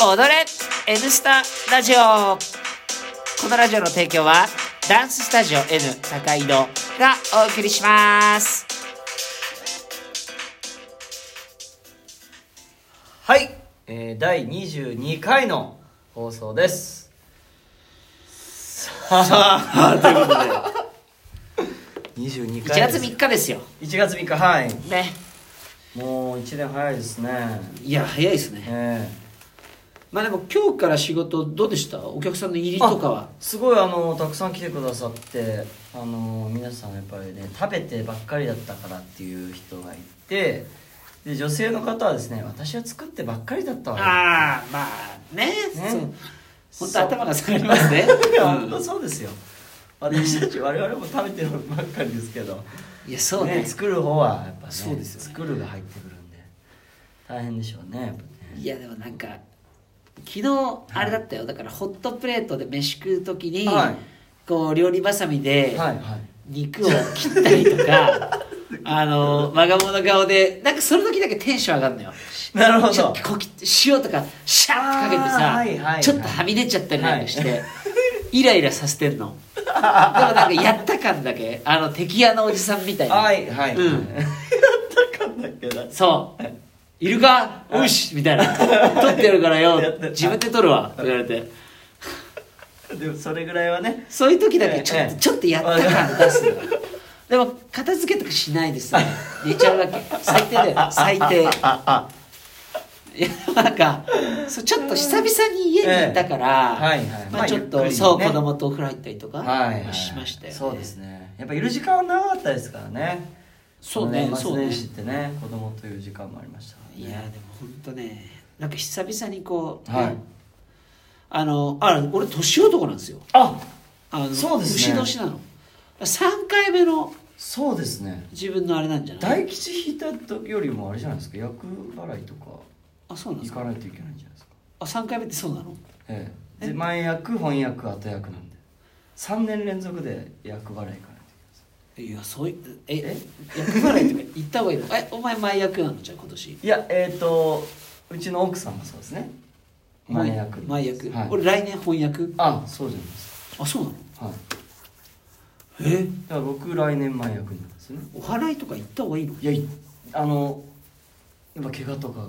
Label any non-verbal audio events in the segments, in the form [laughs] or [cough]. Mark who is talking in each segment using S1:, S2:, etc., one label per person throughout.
S1: 踊れ N スタラジオこのラジオの提供はダンススタジオ N 高井戸がお送りします
S2: はい、えー、第22回の放送ですさあということで22
S1: 1
S2: 回
S1: 月3日ですよ
S2: 1月3日はい
S1: ね
S2: もう1年早いですね
S3: いや早いですね
S2: え
S3: まあでも今日から仕事どうでしたお客さんの入
S2: え
S3: りとかは
S2: すごいあのたくさん来てくださってあの皆さんやっぱりね食べてばっかりだったからっていう人がいてで女性の方はですね私は作ってばっかりだったわよ
S3: ああまあね
S2: ね
S3: そう本当頭が下がりますね、
S2: い [laughs] や
S3: う
S2: 本
S1: [laughs]
S2: 当そうですよ私たち我々も食べてるばっかりですけど
S3: んいやそうね
S2: 作る方はやっぱね
S3: そうですよね
S2: 作るが入ってくるんで大変でしょうねやっぱね
S3: いやでもなんか昨日あれだったよだからホットプレートで飯食う時に、
S2: はい
S3: こう料理ばさみで
S2: はいはい
S3: 肉を切ったりとか、
S2: [laughs]
S3: あの我が物顔でなんかその時だけテンション上がるのよ
S2: なるほ
S3: ちょ
S2: ど
S3: っとこう切って塩とかシャーってかけてさ、
S2: あーはいはいはい
S3: ちょっとはみ出ちゃったりなんかして、イライラさせてんのでもなんかやった感だけあの敵屋のおじさんみたいな、
S2: はいはい
S3: うん
S2: [laughs] やったかんだっけど
S3: そういるかおいしみたいな「取ってやるからよ
S2: やった
S3: 自分で取るわ」って言われて
S2: でもそれぐらいはね
S3: そういう時だけちょっと,、
S2: ええ
S3: ちょっとやった感出すの [laughs] でも片付けとかしないですね寝ちゃうわけ最低だよ最低
S2: ああ
S3: いやなんかそうちょっと久々に家にいたから、
S2: ええはいはい
S3: ま
S2: まあ
S3: あ、ちょっと、
S2: ゆっくりね
S3: そう子供とお風呂入ったりとか
S2: はいはい
S3: しましたよ、ね
S2: そうですねやっぱいる時間は長かったですからね
S3: そうね
S2: 年
S3: そ
S2: 末
S3: うね
S2: 年始ってね子供という時間もありましたか
S3: い
S2: らね
S3: やでも本当ねなんか久々にこう、
S2: はい
S3: あのあ俺年男なんですよ
S2: あ
S3: あの
S2: そうですね
S3: 牛年なの3回目の
S2: そうですね
S3: 自分のあれなんじゃない
S2: 大吉引いた時よりもあれじゃないですか厄払いとか
S3: あそうなんで
S2: 行
S3: すか
S2: かないといけないんじゃないですか
S3: あ三3回目ってそうなの
S2: ええ、で前役翻訳後役なんで3年連続で役払いから
S3: いやそういうえ
S2: え
S3: 役払いとか行った方がいいの
S2: [laughs]
S3: えお前前役なのじゃあ今年
S2: いやえっ、とうちの奥さんもそうですね前役
S3: 前役、
S2: はい、
S3: 俺来年翻訳
S2: あそうじゃないです
S3: あそうなの
S2: かはい
S3: え
S2: だから僕来年前役なんですね
S3: お祓いとか行った方がいいの
S2: いやいあのやっぱ怪我とかが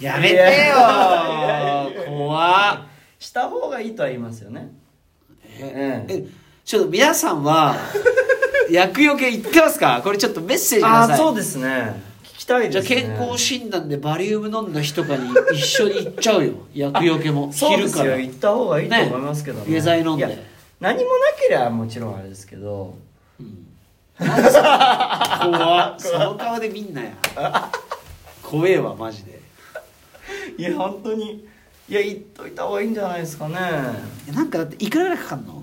S3: や
S2: めてよ
S3: 怖っ
S2: した方がいいとは言いますよね
S3: え
S2: え
S3: えちょっと皆さんは厄除け行ってますかこれちょっとメッセージください
S2: そうですね聞きたい
S3: じゃ
S2: で
S3: あ
S2: すね
S3: 健康診断でバリウム飲んだ日とかに一緒に行っちゃうよ厄除けも
S2: そう
S3: 昼
S2: です
S3: から
S2: よ行った方がいいと思いますけどね
S3: ね下剤飲んで
S2: いや何もなければもちろんあれですけど
S3: 怖っその顔でみんなや怖えわマジで
S2: いや本当にいや言っといた方がいいんじゃないですかね
S3: いやなんかだっていくらぐらいかかんの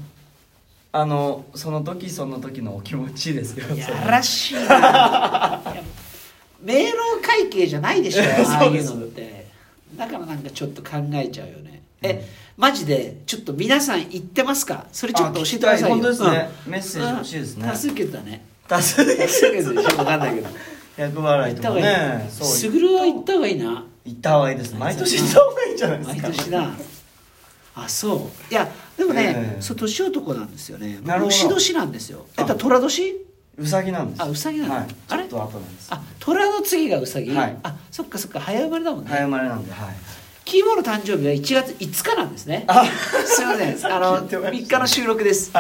S2: あのその時その時のお気持ちですよ
S3: や
S2: それ
S3: ら [laughs] しいないや明朗会計じゃない [laughs] でしょああ
S2: そう
S3: い
S2: で
S3: う
S2: す
S3: のってだからなんかちょっと考えちゃうよねえ、マジでちょっと皆さん言ってますかそれちょっと教えてくださいよ
S2: あ聞きたい本当ですね
S3: うん
S2: メッセージ欲しいですね
S3: うん多数決だね
S2: 多数
S3: 多
S2: です
S3: 数 [laughs] 決でしょ分かんないけど
S2: 役
S3: 行
S2: 払い
S3: っ
S2: と
S3: た
S2: か
S3: 方がい
S2: ね
S3: い
S2: そう
S3: すぐるは行った方がいいな
S2: 行った方がいいです毎年行った方がいいんじゃないですか
S3: 毎年なあそういやでもね、
S2: ええ
S3: そう年男なんですよね
S2: なるほど
S3: 牛年なんですよえっ
S2: あ
S3: と虎年
S2: うさぎなんです
S3: あうさぎなの
S2: はい
S3: あれ
S2: ちょっと後なんです
S3: あ虎の次がうさぎ、
S2: はい
S3: あそっかそっか早生まれだもんね、
S2: 早生まれなんではい
S3: キーボーの誕生日は1月5日なんですね
S2: あ
S3: すいま
S2: [laughs]
S3: せんあの
S2: 聞いてま
S3: 3
S2: し
S3: 日
S2: た
S3: の収録です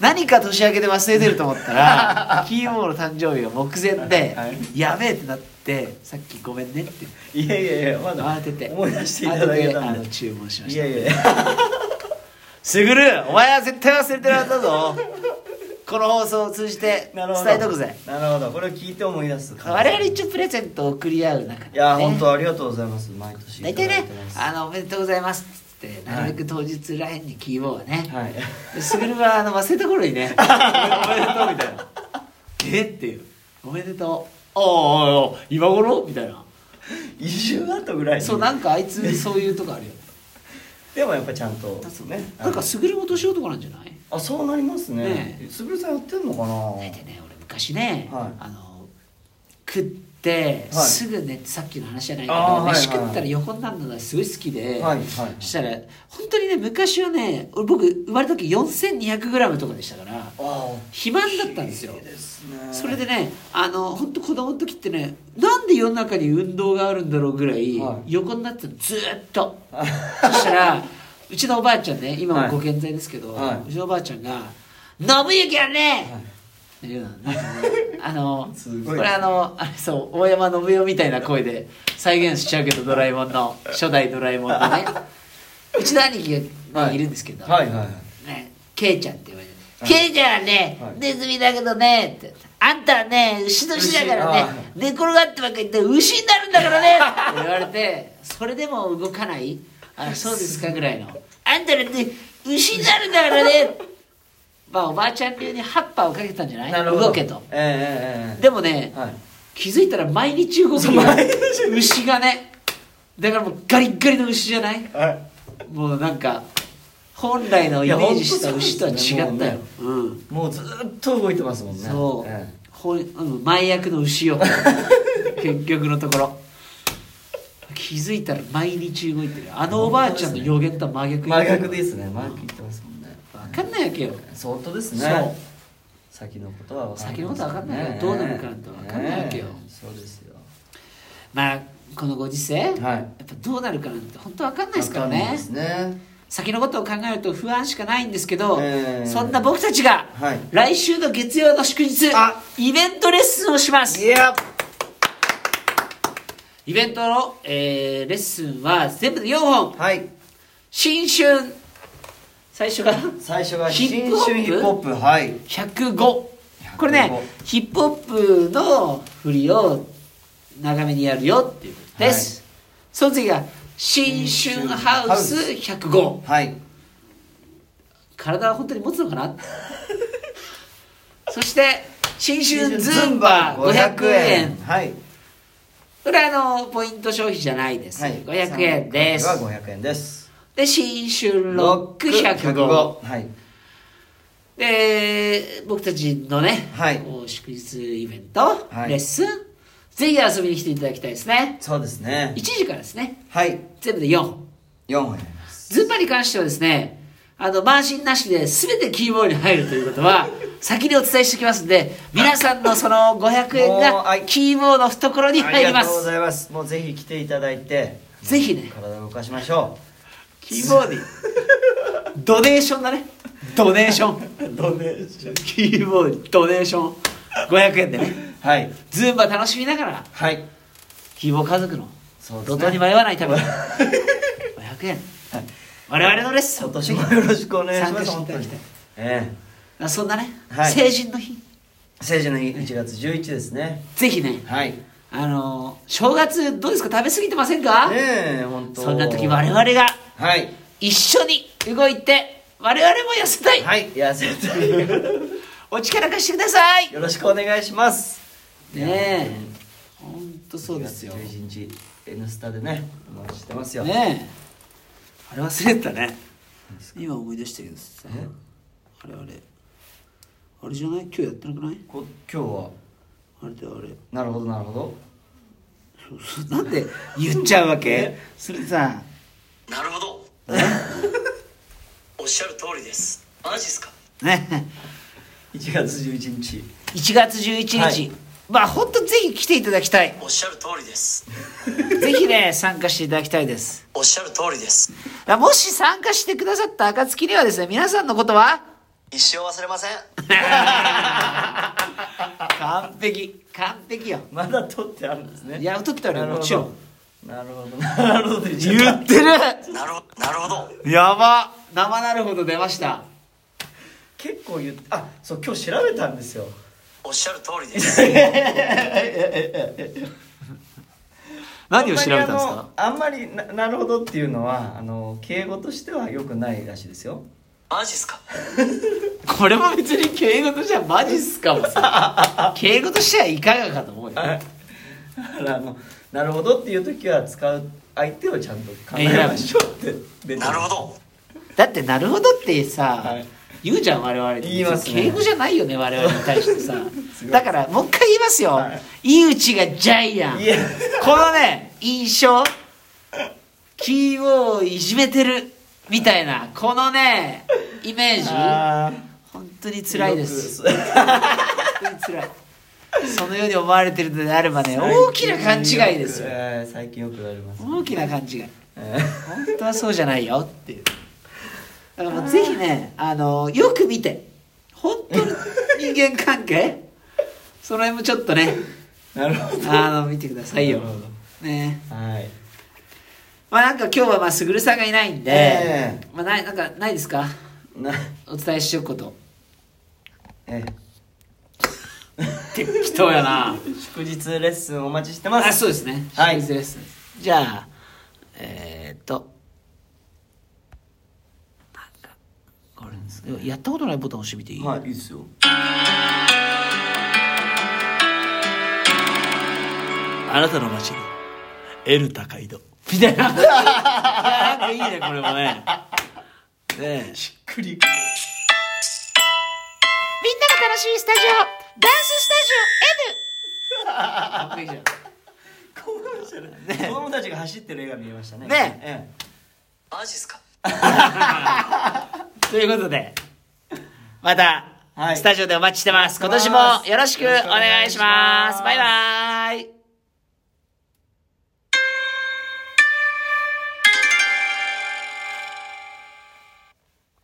S3: 何か年明けで忘れてると思った
S2: [laughs]
S3: らキーボーの誕生日が目前で、
S2: はい
S3: やべえってなってさっきごめんねって
S2: いやいやいやまだ
S3: 慌てて
S2: 思い出していただけ
S3: 慌て
S2: たん
S3: てあの
S2: で
S3: 注文しま
S2: い
S3: し
S2: や
S3: た
S2: いや
S3: すぐるお前は絶対忘れてるはずだぞこの放送を通じて
S2: なるほど
S3: 伝えとくぜ
S2: なるほどこれを聞いて思い出す
S3: 我々一応プレゼントを送り合う中で、ね、
S2: いや本当ありがとうございます毎年
S3: 大
S2: いた
S3: 体
S2: だい
S3: ね
S2: てま
S3: 「
S2: す
S3: あのおめでとうございます」っつってなるべく当日らへんにキーボーはね、
S2: はい [laughs]
S3: でスグルはあの忘れた頃に [laughs] ね「おめでとう」みたいな「 [laughs] えっ?」ていう「おめでとう」「おいおいおい今頃?」みたいな
S2: 一週後ぐらいに
S3: そうなんかあいつそういうとこあるよね
S2: でもやっぱちゃんとね
S3: なんかスグルも年男なんじゃない
S2: あそうなります
S3: ね
S2: ねつぶるさんやってんのかな
S3: 大体ね俺昔ね、
S2: はい
S3: あの食って、
S2: はい
S3: すぐねさっきの話じゃないけ
S2: あーはい
S3: ど
S2: はい
S3: 飯食ったら横になるのがすごい好きで、
S2: はいはい
S3: したら本当にね昔はね俺僕生まれた時 4200g とかでしたから
S2: あ
S3: 肥満だったんですよ
S2: いいですね
S3: それでねあの本当子供の時ってねなんで世の中に運動があるんだろうぐらい、
S2: はい
S3: 横になってたのずーっとそしたらうちのおばあちゃんね今
S2: はい
S3: もご健在ですけど、
S2: はいう
S3: ちのおばあちゃんが「信行はね!
S2: はい
S3: っていうのなんかねあの
S2: すごい
S3: これあのあれそう大山信代みたいな声で再現しちゃうけどドラえもんの初代ドラえもんのねうちの兄貴が、
S2: はい
S3: い、るんですけど、
S2: はいはいはい
S3: ね、ケイちゃんって言われて
S2: は
S3: る。ケ
S2: い
S3: イちゃんはね、
S2: はい
S3: ネズミだけどね、って。あんたはね、牛年だから
S2: 牛あ
S3: ね
S2: ー、
S3: 寝転がってばっかり言って牛になるんだからねって言われて、それでも動かないあ、そうですかぐらいの。あんただって牛になるんだからねまあおばあちゃん流に葉っぱをかけたんじゃない
S2: なるほど
S3: 動けと。
S2: えええええ
S3: でもね
S2: え、はい
S3: 気づいたら毎日動くよ
S2: 毎
S3: 牛がね。だからもうガリッガリの牛じゃない
S2: はい
S3: もうなんか本来のイメージした牛とは違ったよ、
S2: いや本当そうです
S3: うん
S2: もうずーっと動いてますもんね
S3: そう、
S2: え
S3: ほんうん、前役の牛
S2: [laughs]
S3: よ結局のところ気づいたら毎日動いてるあのおばあちゃんの予言とは真
S2: え
S3: 逆
S2: 真逆ですすね真逆いってますもんね
S3: 分かんないわけよ
S2: 相当です
S3: そう
S2: ね先のことは分からない
S3: 先のことは分かんないよどうなるかなんて分かんないわけよ
S2: ねえそうですよ
S3: まあこのご時世、やっ
S2: はい
S3: ぱどうなるかなんて本当わかんないですから
S2: わんない
S3: ね
S2: ですね
S3: 先のことを考えると不安しかないんですけど、
S2: ええ
S3: そんな僕たちが、
S2: はい
S3: 来週の月曜の祝日
S2: あ
S3: イベントレッスンをします
S2: いや
S3: イベントの、えーレッスンは全部で4本
S2: はい
S3: 新春最初が
S2: 最初が
S3: ヒ
S2: 新
S3: ップホップ
S2: 春ヒップホップはい
S3: 105これねヒップホップの振りを長めにやるよっていうことです、その次が新春ハウス105
S2: はい
S3: 体は本当に持つのか [laughs] なそして新春ズンバ500円
S2: はい
S3: これはあのポイント消費じゃないです、
S2: はい
S3: 500円です
S2: 参加費は500円です
S3: で新春ロック105
S2: はい
S3: で僕たちのね、
S2: はい
S3: こう祝日イベント、
S2: はい
S3: レッスンぜひ遊びに来ていただきたいですね
S2: そうですね
S3: 1時からですね
S2: はい
S3: 全部で4本
S2: 4本やります
S3: ズンバに関してはですねあのマージンなしで全てキーボードに入るということ
S2: [laughs]
S3: は先にお伝えしておきますんで皆さんのその500円
S2: もうは
S3: が
S2: い
S3: キーボードの懐に入りま
S2: ありがとうご
S3: す
S2: ざいますもうぜひ来ていただいて
S3: ぜひね
S2: 体を動かしましょ
S3: キーボードにドネーションだねドネーションドネーションキーボードにドネーション500円でね
S2: うはい
S3: ズンバ楽しみながら
S2: はい
S3: 希望家族の
S2: そうですね
S3: 路頭に迷わないた
S2: [laughs]
S3: めに500円我々のレッスン
S2: 今年もよろしくお願いし
S3: 参
S2: ま
S3: 加し
S2: す
S3: て
S2: 本
S3: いた
S2: 当
S3: だ
S2: に
S3: きたい
S2: ええ
S3: あそんなね、
S2: はい
S3: 成人の日
S2: 成人の日1月11日ですね
S3: ぜひね
S2: はいね
S3: あのー正月どうですか食べ過ぎてませんか、
S2: え本当
S3: そんな時我々が
S2: はい
S3: 一緒に動いて我々も痩せたい、
S2: はいいや [laughs] 絶対
S3: お力貸してください
S2: よろしくお願いします
S3: ねえほんとそうですよね
S2: 11日 N スタでねお待ちしてますよ、
S3: えあれ忘れてたね今思い出したけどさあれあれあれじゃない今日やってなくない
S2: こ今日は
S3: あれだよあれ
S2: なるほどなるほど
S3: なんで言っちゃうわけそれさ
S4: なるほど [laughs] おっしゃる通りですマジっすか
S3: ね
S2: 1月11日
S3: 1月11日、
S2: はい
S3: まあ本当ぜひ来ていただきたい
S4: おっしゃる通りです
S3: ぜひね参加していただきたいです
S4: おっしゃる通りです
S3: もし参加してくださった暁にはですね皆さんのことは
S4: 一生忘れません
S3: 完璧完璧よ
S2: まだ撮ってあるんですね
S3: いや撮ってあるよ
S2: なほど
S3: もちろん
S2: なるほど [laughs] なるほど言っちゃった
S3: 言ってる
S4: なるほなるほど
S3: やば生なるほど出ました
S2: 結構言ってあそう今日調べたんですよ
S4: おっしゃる通りです [laughs]
S2: [laughs]
S3: 何を調べたんですか
S2: あんまりあのあんまりななるほどっていうのはあの敬語としてはよくないらしいですよ
S4: マジっすか
S3: これも別に敬語としてはマジっすかもさ敬語としてはいかがかと思うよ
S2: だからあのなるほどっていう時は使う相
S3: [laughs]
S2: 手をちゃんと考えましょうって
S4: なるほど
S3: だってなるほどってさ、
S2: はい
S3: 言うじゃん我々って
S2: 言いますね
S3: 敬語じゃないよね我々に対
S2: [laughs]
S3: してさ
S2: い
S3: だからもう一回言いますよ、
S2: はい
S3: 井口がジャイアン
S2: いや
S3: このね印象キーボーをいじめてるみたいなこのねイメージ
S2: あー
S3: 本当に辛いです
S2: よく
S3: 本当に辛いそのように思われてるのであればね大きな勘違いですよ
S2: えー最近よく言われます
S3: 大きな勘違い
S2: えー
S3: 本当はそうじゃないよっていうだからもうぜひねあのよく見て本当の人間関係その辺もちょっとね
S2: なるほど
S3: あの見てくださいよ
S2: なるほ
S3: ね
S2: どはい
S3: まあなんか今日はまあすぐるさんがいないんで、
S2: え
S3: まあないなんかないですか
S2: な
S3: お伝えしようこと
S2: え
S3: 適当やな
S2: 祝日レッスンお待ちしてま
S3: あ
S2: す
S3: そうですね
S2: はい
S3: シリーズレッスンじゃあえー、っとなんかこれですやったことないボタン押してみていい、
S2: はいいいですよ
S3: あなたの街に L 高井戸みたいないやなんかいいねこれもねねえ
S2: しっくり
S1: みんなが楽しいスタジオダンススタジオ N
S3: 完璧じゃん
S2: コマーシャル子供たちが走ってる絵が見えましたね
S3: ね
S2: え
S4: マジっすか
S3: ということでまた、
S2: はい
S3: スタジオでお待ちしてます
S2: お
S3: 今
S2: 待ちし
S3: 年
S2: てます
S3: もよろしくお願いします
S2: よろしくお願い
S3: バ
S2: します
S3: イバーイ